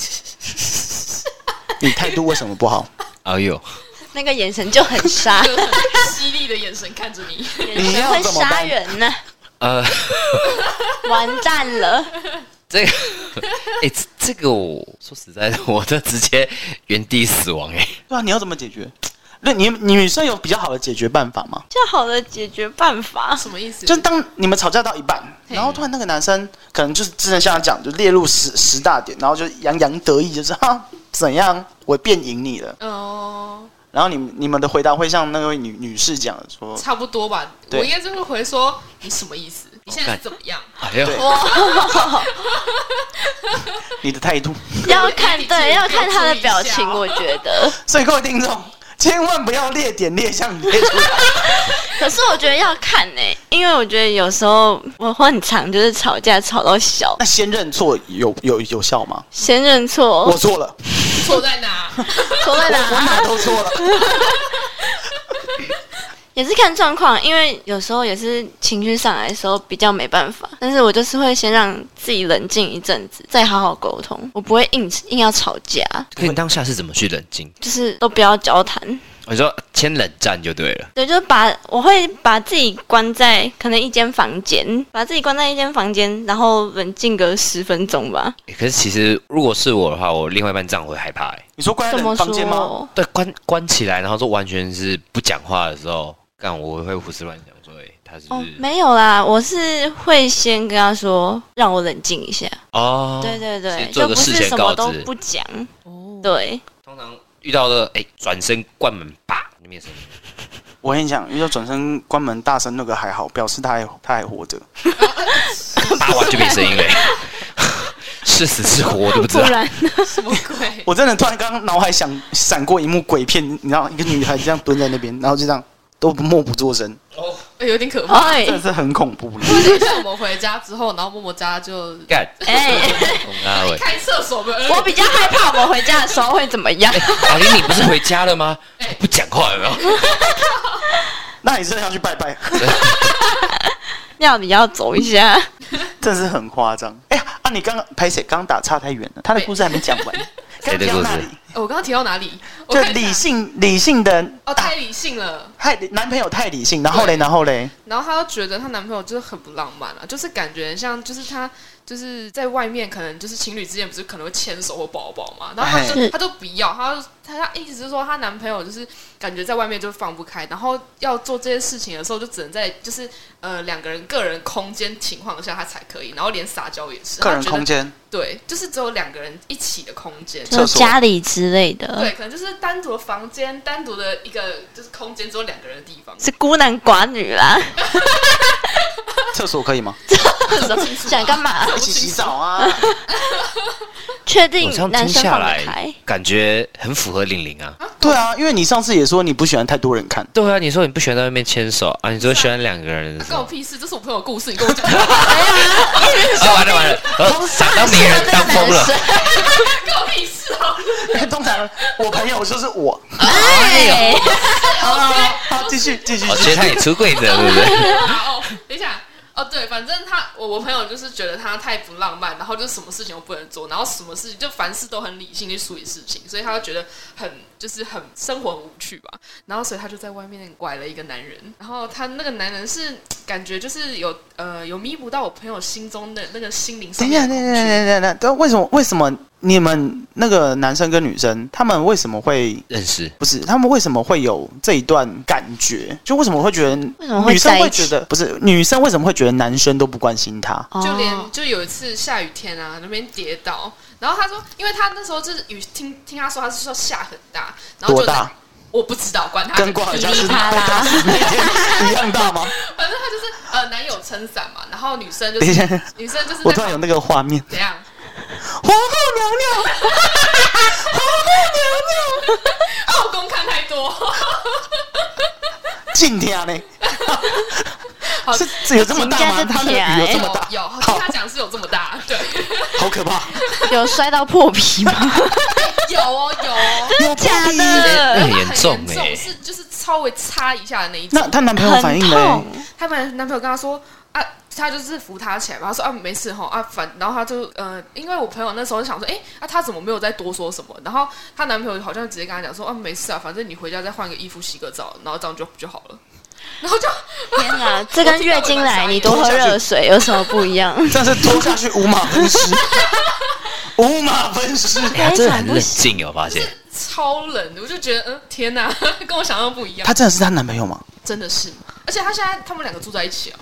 你态度为什么不好？
哎呦，
那个眼神就很杀，
就很犀利的眼神看着你。
眼神会杀人呢、
呃，
完蛋了，
这个， 哎、这这个我说实在的，我都直接原地死亡哎、
对啊，你要怎么解决？那你你女生有比较好的解决办法吗？
就好的解决办 法。
什么意思？
就当你们吵架到一半，然后突然那个男生可能就是真的像他讲，就列入十十大点，然后就洋洋得意，就是哈怎样，我变赢你了。
哦、
然后你们你们的回答会像那位女女士讲的说，
差不多吧。
对
我应该就会回说你什么意思？你现在是怎么样？
哎呦，
对
哇，
你的态度。
要看对，要看他的表情，我觉得。
所以各位听众，其千万不要列点列项列出 来。
可是我觉得要看呢、因为我觉得有时候我会很常就是吵架吵到笑
那，先认错有有有效吗？
先认错
我，错了，
错在 哪？
错在
我
哪？
哪都错 了。
也是看状况，因为有时候也是情绪上来的时候比较没办法，但是我就是会先让自己冷静一阵子，再好好沟通，我不会硬硬要吵架，
可你当下是怎么去冷静？
就是都不要交谈。
你说先冷战就对了。
对，就是把我会把自己关在可能一间房间，把自己关在一间房间，然后冷静个十分钟吧。
欸可是其实如果是我的话，我另外一半这样我会害怕、欸。
你说关在
怎么
冷房间吗？
说？
对，关关起来，然后就完全是不讲话的时候，干我会胡思乱想，说欸他是不
哦
是，
没有啦，我是会先跟他说，让我冷静一下。
哦
对对对，
先做
就
个
不
事
是
前
什么
告
都
知哦
不讲。对，
通常遇到的哎，转身关门吧，那边声音
我跟你讲，遇到转身关门大声那个还好，表示他还他还活着。
叭完就没声音嘞， 是死是啊活我都不知
不
道。
然
什么鬼？
我真的突然刚刚脑海想闪过一幕鬼片，你知道，一个女孩这样蹲在那边，然后就这样都默不作声，
有点可怕。
哎
真的是很恐怖了。
像我们回家之后，然后默默家就哦
干，
哎，
我们阿伟，
开厕所门，
我比较害怕我们回家的时候会怎么样？
阿哎林，你不是回家了吗？不讲话有没 有？
那你真的要去拜拜，
哎
料理要走一下。
真的是很夸张。哎、呀，啊，你刚刚拍谁？刚刚打岔太远了，他的故事还没 讲完。
谁的
刚
故事
刚讲到哪里？
我刚刚提到哪里？我
就
看一下
理性理性的
哦，太理性了。
太男朋友太理性，然后嘞，
对
然后嘞，
然后她又觉得她男朋友就是很不浪漫啊，就是感觉很像就是她就是在外面可能就是情侣之间不是可能会牵手或抱抱嘛，然后她
哎
就她就不要，她就她她意思是说她男朋友就是感觉在外面就放不开，然后要做这些事情的时候就只能在就是呃两个人个人空间情况下她才可以，然后连撒娇也是，
个人
她觉
空
得
间，
对，就是只有两个人一起的空间。
就
厕所
家里之类的
对，，可能就是单独的房间，单独的一个就是空间，只有两个人的地方。
是孤男寡女 啦，
厕所可以吗？
想干嘛？
一起洗澡啊，
确
我
定
这样
男
听
生
下
放得
来
开，，
感觉很符合玲玲啊。
对啊，因为你上次也说你不喜欢太多人看，
对啊，你说你不喜欢在外面牵手啊，你说喜欢两个人的时
关
候，
我
啊
屁事！这是我朋友的故事，你跟我讲。
啊完了完了，然后想
啊
当女人当疯了，
关我屁事哦！
因为 通常我朋友就是我。
哎，
好好好好，继续继续
哦，
继
觉得
续。
他也出柜子了，对不对？
哦，等一下。哦，对，反正他我我朋友就是觉得他太不浪漫，然后就是什么事情都不能做，然后什么事情就凡事都很理性去处理事情，所以他就觉得很就是很生活很无趣吧。然后所以他就在外面拐了一个男人，然后他那个男人是感觉就是有呃有弥补到我朋友心中的那个心灵
等
上
一下，
面
等
的
一
空
下，等一下，等
虚。
一下，但为什么为什么你们那个男生跟女生，他们为什么会
认识
不是？他们为什么会有这一段感觉？就为什么会觉得
为什么会
女生
在
会
一起
觉得不是女生为什么会觉得男生都不关心她？
哦
就连就有一次下雨天啊，那边跌倒，然后他说，因为他那时候就是雨，听听他说他是说下很大，然后
多
就
啊
大？
我不知道，管他
跟瓜尔佳
噼
是
里啪啦
一样大 吗？
反正他就是呃，男友撑伞嘛，然后女生就
等一
是
下，
女生就是
我
在
突然有那个画面，
怎样，
皇后娘娘，
后宫哦看太多，
今天呢？
好
啊是是有这么大吗？
人家
他
是
的
铁
雨有 这么大，
有有，
好
听他讲是有这么大， 对，
好可怕，
有摔到破皮吗？
有哦有 哦，
有
假
屁
的
那
那
很严重
很
欸
哎，
是就是稍微擦一下的那一种
那。她男朋友反应呢
痛？，
他们男朋友跟他说啊，他就是扶他起来嘛，他说啊没事哈啊反，然后他就呃，因为我朋友那时候就想说，哎、啊他怎么没有再多说什么？然后她男朋友好像直接跟他讲说啊没事啊，反正你回家再换个衣服洗个澡，然后这样就就好了。 然后就
天哪，这跟月经来你多喝热水有什么不一样？
这样是拖下去五马分尸，五马分尸。
哎他真的很冷静，有发现？
超冷的，我就觉得嗯天哪， 跟我想象不一样
她，真的是她男朋友吗？
真的是。而且他现在他们两个住在一起啊，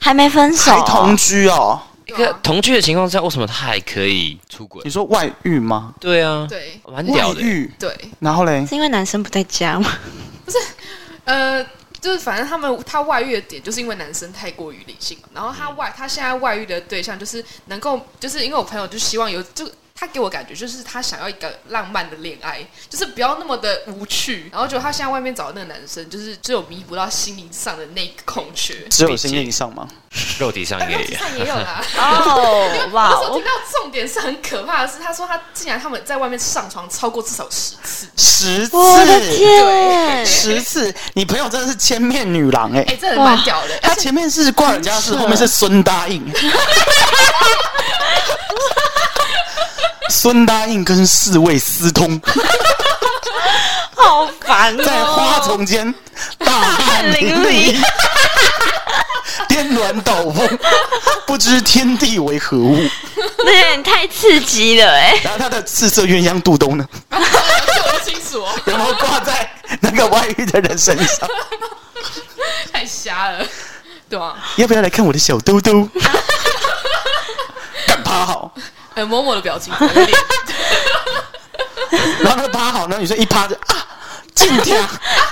还没分手
还，同居哦？
一
对
个
啊
同居的情况下，为什么他还可以出轨
你？说外遇吗？
对啊，
对
蛮屌的
外。遇，哎
对，
然后嘞，
是因为男生不在家吗？
呃，就是反正他们他外遇的点，就是因为男生太过于理性嘛。然后他外他现在外遇的对象就是能够，就是因为我朋友就希望有就。他他给我感觉就是他想要一个浪漫的恋爱，就是不要那么的无趣。然后就他现在外面找的那个男生，就是只有弥补到心灵上的那个空 缺。
只有心灵上吗？
肉体上
但
也
肉体上也有啦。
哦，哇
那时候
哦
听，到重点是很可怕的是，他说他竟然他们在外面上床超过至少十次，
十次，
我的天，
十次，你朋友真的是千面女郎哎、
哎、这很蛮屌的、
他前面是挂人家是，
是
后面是孙答应。孙答应跟侍卫私通，
好烦
在花
哦！
丛间大汗淋漓，颠鸾倒凤，不知天地为何物。
那有点太刺激了哎、
然后他的四色鸳鸯肚兜呢，
这 我不清楚哦，
然后挂在那个外遇的人身上。
太瞎了，对啊，
要不要来看我的小兜兜？ 敢趴好，
哎、某某的表情 有点
然后那趴好，那女生一趴就啊，进天，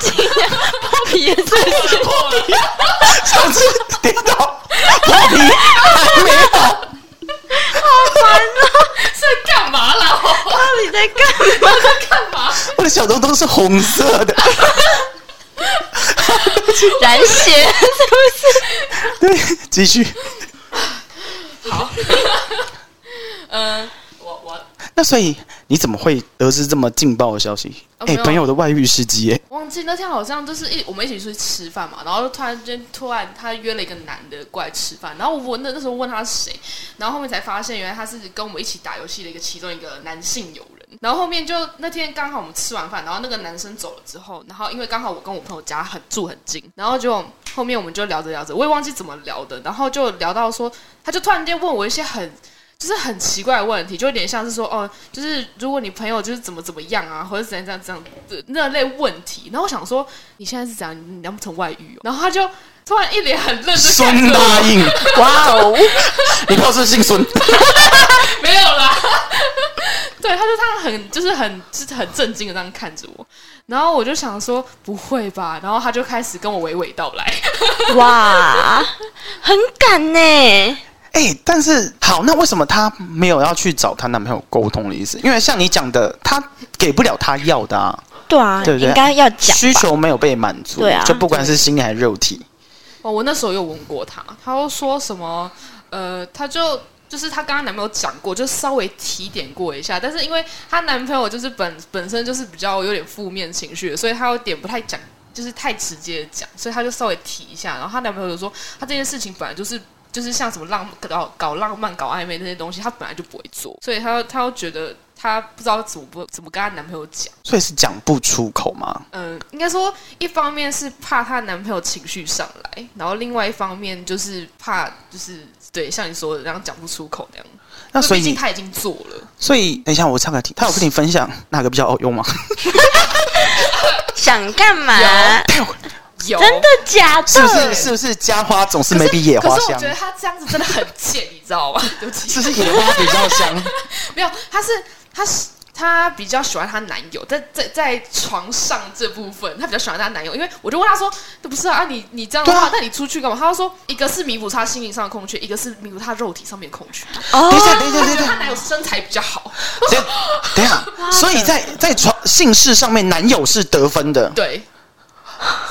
破皮也是
破了，
上次跌倒，破皮还没好。
这干嘛啦？
到底在干嘛？
干嘛？
我的小兜兜是红色的，
染血是不是？
对，继续。
嗯、我我
那所以你怎么会得知这么劲爆的消息？
哦
哎、
没有
朋友的外遇事迹， 哎，
忘记那天好像就是一我们一起出去吃饭嘛，然后突然间突然他约了一个男的过来吃饭，然后我那那时候问他是谁，然后后面才发现原来他是跟我们一起打游戏的一个其中一个男性友人，然后后面就那天刚好我们吃完饭，然后那个男生走了之后，然后因为刚好我跟我朋友家很住很近，然后就后面我们就聊着聊着，我也忘记怎么聊的，然后就聊到说，他就突然间问我一些很就是很奇怪的问题，就有点像是说，哦，就是如果你朋友就是怎么怎么样啊，或者怎样怎样怎样的那类问题。然后我想说，你现在是怎样？你难不成外遇、哦？然后他就突然一脸很认真看
孙
着
答
我，
应， 哇哦，你告诉姓孙，
没有啦。对，他就他很就是很就是很震惊的这样看着我，然后我就想说不会吧，然后他就开始跟我娓娓道来，
哇，很敢呢、
哎、但是好，那为什么她没有要去找她男朋友沟通的意思？因为像你讲的，她给不了她要的啊，
对啊，
对不对
应该要讲吧
需求没有被满足，
对啊
就不管是心理还是肉体，
哦，我那时候有问过她，她又说什么？呃，她就就是她跟她男朋友讲过，就稍微提点过一下，但是因为她男朋友就是本本身就是比较有点负面情绪，所以她有点不太讲，就是太直接地讲，所以她就稍微提一下。然后她男朋友就说，她这件事情本来就是。就是像什么浪搞搞浪漫、搞暧昧那些东西，她本来就不会做，所以她她又觉得她不知道怎么不怎么跟她男朋友讲。
所以是讲不出口嘛。
嗯，应该说，一方面是怕她男朋友情绪上来，然后另外一方面就是怕，就是对，像你说的，然后讲不出口那样。
那所以
毕竟
你，
他已经做了，
所以等一下我唱给听，她有跟你分享哪个比较好用吗？
想干嘛？
有有
真的假的？
是不是？是不是家花总是没比野花
可是
香
我觉？得他这样子真的很贱，你知道吗？ 对不
是
起，
不是野花比较 香？
没有，他是他是。她比较喜欢她男友，在在在床上这部分，她比较喜欢她男友，因为我就问她说，这不是啊，啊你你这样的
对啊
话，那你出去干嘛？她就说，一个是弥补她心灵上的空缺，一个是弥补她肉体上面的空缺。
哦
等一下，等一下，等一
因为她
下，
男友身材比较好，
等一下等一 下。所以在在床姓氏上面，男友是得分的。
对，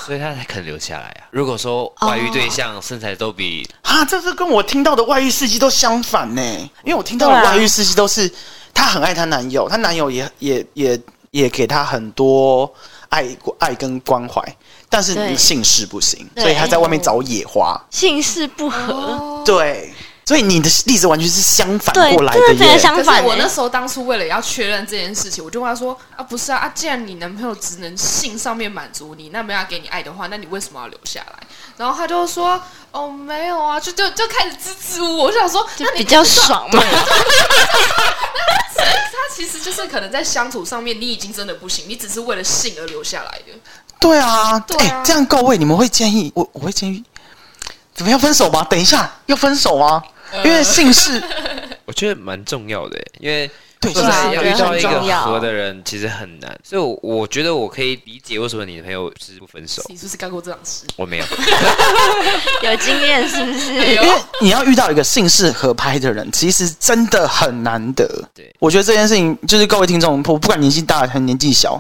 所以他才肯留下来啊。如果说外遇对象身材都比
啊，这是跟我听到的外遇事迹都相反呢。因为我听到的
对啊
外遇事迹都是她很爱她男友，她男友也也也也给她很多爱爱跟关怀，但是
对
姓氏不行，
对
所以她在外面找野花。
姓氏不
哦
合，
对，所以你的例子完全是相反
对，
过来
真的整
耶
个。相
可
反
是我那
欸。
时候当初为了要确认这件事情，我就跟他说啊，不是啊，啊，既然你男朋友只能性上面满足你，那没有要给你爱的话，那你为什么要留下来？然后他就 说哦，没有啊，就就就开始支支吾吾。我就想说，
就
那你
比较爽嘛，
他其实就是可能在相处上面，你已经真的不行，你只是为了性而留下来的。
对啊，
对
哎、
啊
这样各位，你们会建议我？我
呃
会建议怎么样分手吗？等一下要分手吗？因为姓氏
我觉得蛮重要的耶，欸因为
对
说
是
实
啊
在
我
要
觉得
遇到
很
一个
重要
合的人其实很难，所以我我觉得我可以理解为什么你的朋友是不分手。
你是不是干过这种事？
我没 有，
有经验是不是？
有
因为你要遇到一个姓氏合拍的人，其实真的很难得。
对
我觉得这件事情就是各位听众，不不管年纪大还是年纪小，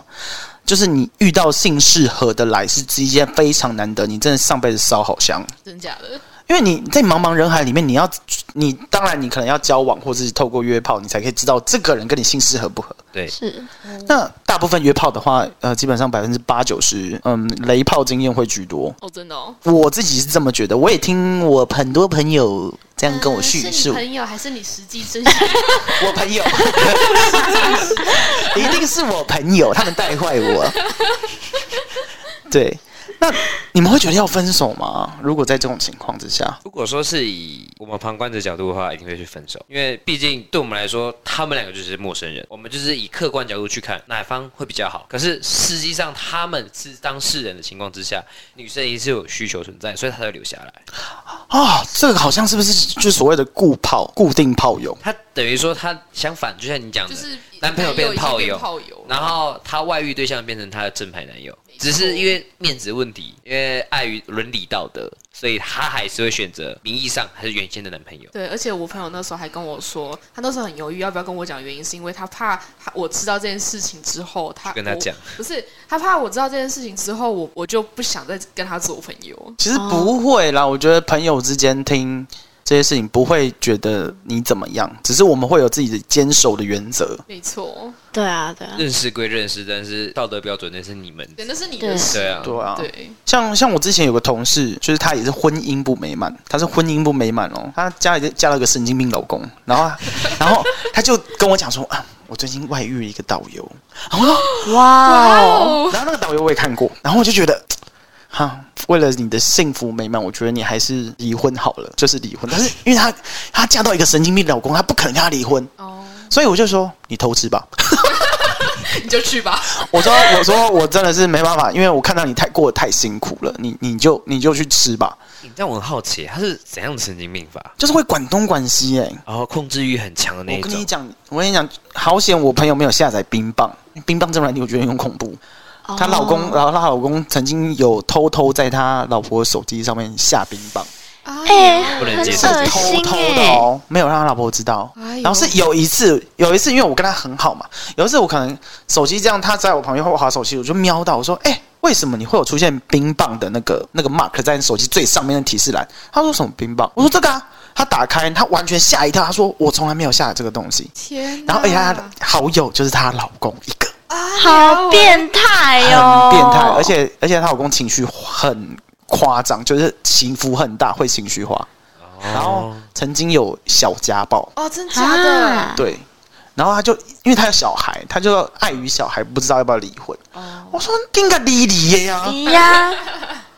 就是你遇到姓氏合得来是一件非常难得，你真的上辈子烧好香。
真假的？
因为你在茫茫人海里面，你要你当然你可能要交往，或者是透过约炮，你才可以知道这个人跟你姓氏合不合。
对，
是
那大部分约炮的话，呃，基本上百分之八九十，嗯，雷炮经验会居多。
哦，真的哦。
我自己是这么觉得，我也听我很多朋友这样跟我叙
是
述
你。朋友还是你实际真实？
我呃朋 友，一定是我朋友，他们带坏 我。对，那你们会觉得要分手吗？如果在这种情况之下，
如果说是以我们旁观者角度的话，一定会去分手，因为毕竟对我们来说，他们两个就是陌生人，我们就是以客观角度去看哪方会比较好。可是实际上他们是当事人的情况之下，女生也是有需求存在，所以她才留下来。
啊、这个好像是不是就所谓的固炮、固定炮友？
她等于说她相反，就像你讲的，
就是
男朋友变炮
已经
友
变，炮友，哦
然后她外遇对象变成她的正牌男友，只是因为面子问题，因为碍于伦理道德，所以她还是会选择名义上还是原先的男朋友。
对，而且我朋友那时候还跟我说，他那时候很犹豫要不要跟我讲原因，是因为他怕他我知道这件事情之后，他
跟他
我
讲
不是他怕我知道这件事情之后，我我就不想再跟他做朋友。
其实不会啦，我觉得朋友之间听这些事情不会觉得你怎么样，只是我们会有自己的坚守的原则。
没错，
对啊，对啊，
认识归认识，但是道德标准那是你们。
对，那是你
对
的事。
对啊，
对啊，
对，
像像我之前有个同事，就是他也是婚姻不美满，他是婚姻不美满哦，他家里嫁了个神经病老公，然后然后他就跟我讲说啊，我最近外遇了一个导游，
哇哦，
哦，
然后那个导游我也看过，然后我就觉得。哈，为了你的幸福美满，我觉得你还是离婚好了，就是离婚。但是因为她她嫁到一个神经病老公，她不可能跟他离婚，
哦，
所以我就说你偷吃吧。
你就去吧。
我说我说我真的是没办法，因为我看到你太过得太辛苦了，你你就你就去吃吧，
你让我很好奇，他是怎样的神经病法？
就是会管东管西哎、
然后控制欲很强的那一
我跟你
种。
讲，我跟你讲，好险我朋友没有下载冰棒，冰棒这种软体我觉得很恐怖。
哦
她老公，然后她老公曾经有偷偷在她老婆手机上面下冰棒，
哎、
不能
很
接
是
受
恶
偷
心
偷的
哎、
哦，没有让她老婆知道。
哎呦
然后是有一次，有一次因为我跟她很好嘛，有一次我可能手机这样，她在我旁边划手机，我就瞄到我说，哎、为什么你会有出现冰棒的那个那个 mark 在你手机最上面的提示栏？她说什么冰棒？我说这个啊。她打开，她完全吓一跳。她说：“我从来没有下载这个东西。”
天哪，
然后而哎且她的好友就是她老公一个，
好变态
很
哦，
变态，而且而且她老公情绪很夸张，就是起伏很大，会情绪化，
哦哎
然后曾经有小家暴，
哦，真假
啊
的，，
对。然后她就，因为她有小孩，她就碍于小孩不知道要不要离婚。
哦
我说应该离离呀、
离哎呀，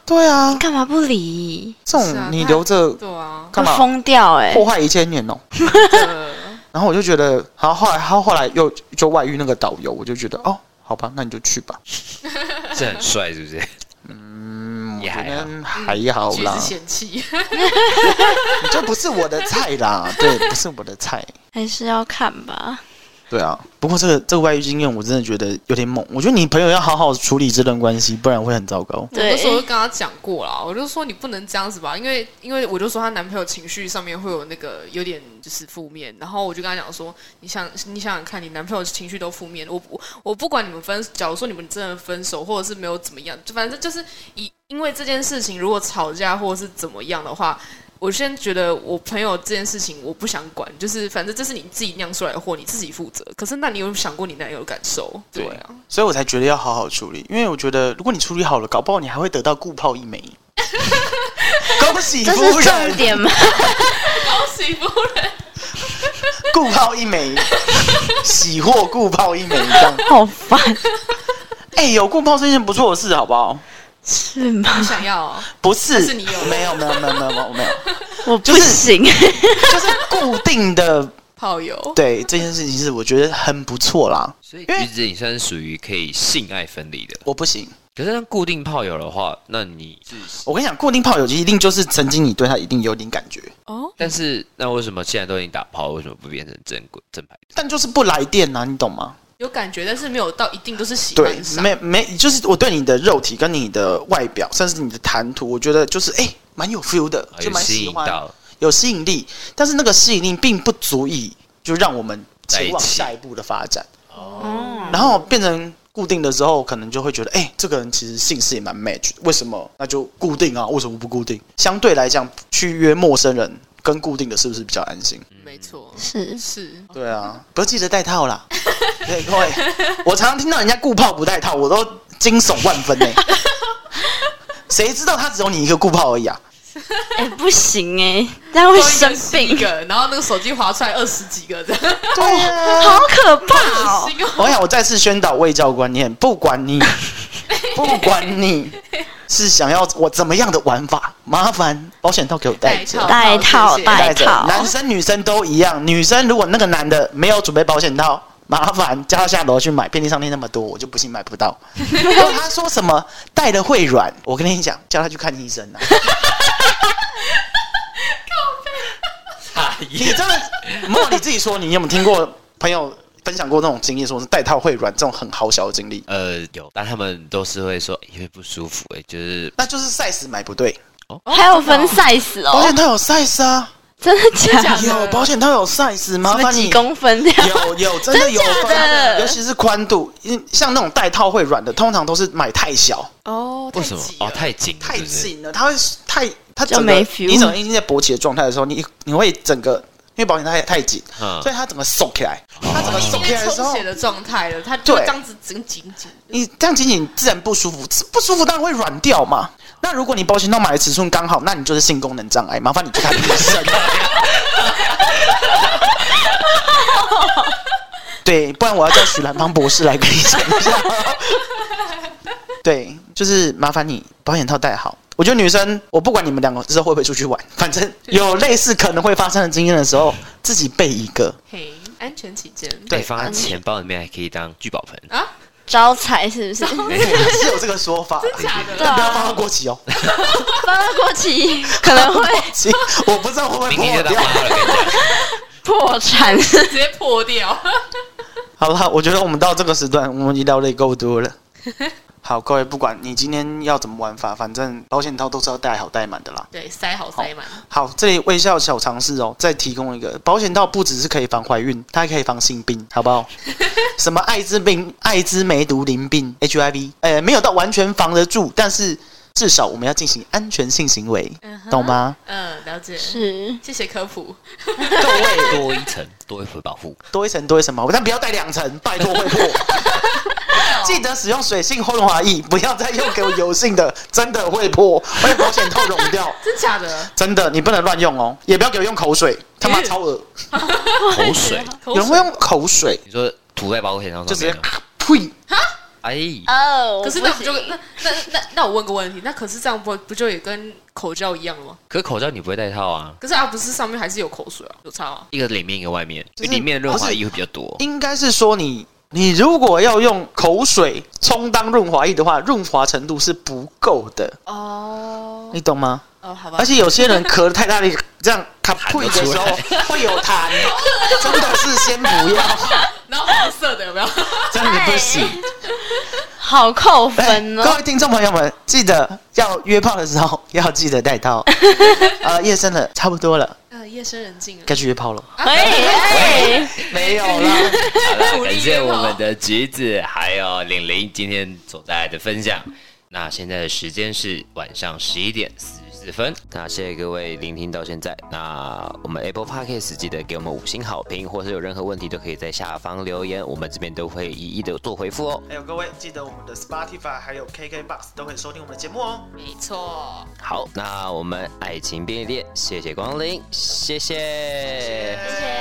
对啊，
干嘛不离？
这
是啊
种你
她
留着
对 啊，
会
干嘛？
疯掉哎、
破坏一千年哦。
呃
然后我就觉得，然后后来她后来又就外遇那个导游，我就觉得哦，好吧，那你就去吧。
这很帅是不是？嗯，也
我觉
还好。
得还好
橘
啦
子，嫌弃，
你就不是我的菜 啦，对，不是我的菜。
还是要看吧。
对啊，不过这个这个外遇经验我真的觉得有点猛。我觉得你朋友要好好处理这段关系，不然会很糟糕。
我那时候就
对
跟，他讲过啦，我就说你不能这样子吧，因为因为我就说她男朋友情绪上面会有那个有点就是负面，然后我就跟他讲说，你想你想想看，你男朋友情绪都负面，我我我不管你们分，假如说你们真的分手，或者是没有怎么样，就反正就是以因为这件事情如果吵架或者是怎么样的话。我先觉得我朋友这件事情我不想管，就是反正这是你自己酿出来的祸，你自己负责。可是那你有想过你男友的感受？对啊，
所以我才觉得要好好处理，因为我觉得如果你处理好了，搞不好你还会得到固炮一 枚。恭喜
这
夫
是重
人，
点 吗？
恭喜夫人，
固炮一枚，喜获固炮一枚这样。
好烦，
哎、有固炮是一件不错的事，好不好？
是吗
你？想要哦、
不是，
是你有
没有没有没有没有没有没有，
我
就
不
是
行，
就是固定的。
炮友？
对这件事情是我觉得很不错啦，
所以
因为
橘子，你算是属于可以性爱分离的。
我不行，
可是那固定炮友的话，那你是，
我跟你讲，固定炮友一定就是曾经你对他一定有点感觉，
哦，
但是那为什么现在都已经打炮，为什么不变成正规正牌？
但就是不来电呐、你懂吗？
有感觉，但是没有到一定都是喜
对
欢，上。
没没，就是我对你的肉体跟你的外表，甚至你的谈吐，我觉得就是哎，蛮、有 feel 的，就
有
蛮
吸
喜
引
欢，
到
有吸引力。但是那个吸引力并不足以就让我们前
在
往
一起
下一步的发展。
哦，
然后变成固定的时候，可能就会觉得，哎、这个人其实姓氏也蛮 match，的为什么？那就固定啊，为什么不固定？相对来讲，去约陌生人跟固定的是不是比较安心？
没错，
是
是
对啊，不要记得带套 啦。对各位，我常常听到人家顾炮不带套，我都惊悚万分 呢、谁知道他只有你一个顾炮而已啊？
哎、不行哎、这样会生
一
病，
个，然后那个手机划出来二十几个这样，
对啊，
好可怕
恶
哦！
心哦。
我想我再次宣导卫教观念，不管 你，不管你是想要我怎么样的玩法，麻烦保险套给我带着。
戴套
谢谢
戴
带着
套，
男生女生都一样。女生如果那个男的没有准备保险套， 麻烦叫他下楼去买。便利商店那么多，我就不信买 不到。然后他说什么带的会软，我跟你讲，叫他去看医生啊！
差
你真的，莫你自己说，你有没有听过朋友分享过那种经历，说是带套会软这种很好笑的经历？
呃，有，但他们都是会说因为不舒服、欸，就是
那就是 size 买不对，
哦
还有分 size
保
哦
险，套有 size 啊，
真的假 的？
真的
有保险套有 size，麻
什么
烦
几
你
公分这样？
有有真的有
真假
分
的
尤其是宽度，因像那种带套会软的，通常都是买太小、
哦，
为什么？哦，太紧，
太
是不是，
紧了，它会太它
就
整个
没 feel
你整个已经在勃起的状态的时候，你你会整个因为保险套太太紧，
嗯
所以它整个耸起来，它整个
已经
耸起来
在
的时
充
候
血，的状态了，它就
对
这样子紧紧紧。
你这样紧紧自然不舒服，不舒服当然会软掉嘛。那如果你保险套买的尺寸刚好，那你就是性功能障碍，麻烦你去看医生。对，不然我要叫许兰芳博士来跟你讲一下。对，就是麻烦你保险套戴好。我觉得女生，我不管你们两个之后会不会出去玩，反正有类似可能会发生的经验的时候，自己备一个。
嘿，安全起见
对，放在钱包里面还可以当聚宝盆。
啊，
招财是不是？
是有这个说法，
假
对
的？
但
啊
不要放到过期哦。
放到过期可能会
期， 我不知道会不 会
明
破
天就当
掉。
妈了，跟你讲。
破产。
直接破掉。
好了，我觉得我们到这个时段，我们已经聊的也够多 了。好，各位，不管你今天要怎么玩法，反正保险套都是要带好带满的啦。
对，塞好塞满。
好，这里微笑小常识哦，再提供一个，保险套不只是可以防怀孕，它还可以防性病，好不 好？什么艾滋病、艾滋梅毒、淋病、HIV，呃，没有到完全防得住，但是至少我们要进行安全性行为，
嗯哼
懂？吗？
嗯，了解。
是，
谢谢科普。
各位
多一层，多一层保护。
多一层多一层毛，但不要带两层，拜托会破。记得使用水性润滑液，不要再用给我油性的，真的会破，会保险套融掉。
真假的？
真的，你不能乱用哦，也不要给我用口水，他妈
嗯
超恶。
口水，
口
有
水
人会用口水，
你说涂在保险套
就直
上
接
面吗？
啊呸！
哎，
哦，
可是
我
那
不
不就
行
那那那那我问个问题，那可是这样不不就也跟口罩一样了吗？
可是口罩你不会戴套啊，
可是啊，不是上面还是有口水啊，有差啊。
一个里面一个外面，
就是
里面润滑液会比较多。
应该是说你，你如果要用口水充当润滑液的话，润滑程度是不够的，
哦
你懂吗？
哦，好吧
而。且有些人咳得太大力，这样他
都
呸的
出
时候
来
会有痰，真的是先不要。
然后黄色的有没有？
真的不行。
好扣
哎
分
各
哦
位。听众朋友们，记得要约炮的时候 要记得带套。呃，夜深了，差不多了，
呃，夜深人静了。
该去约炮了。
啊
哎哎，
没有啦，
好啦，
鼓励
感谢
约
我
炮
们的橘子还有玲玲今天所带来的分享。那现在的时间是晚上十一点四十四分。那谢谢各位聆听到现在。那我们 Apple Podcast 记得给我们五星好评，或是有任何问题都可以在下方留言，我们这边都会一一的做回复哦。
还有哎各位记得我们的 Spotify 还有 KKBox 都可以收听我们的节目哦。
没错，
好，那我们爱情便利店，谢谢光临，谢谢
谢谢
谢谢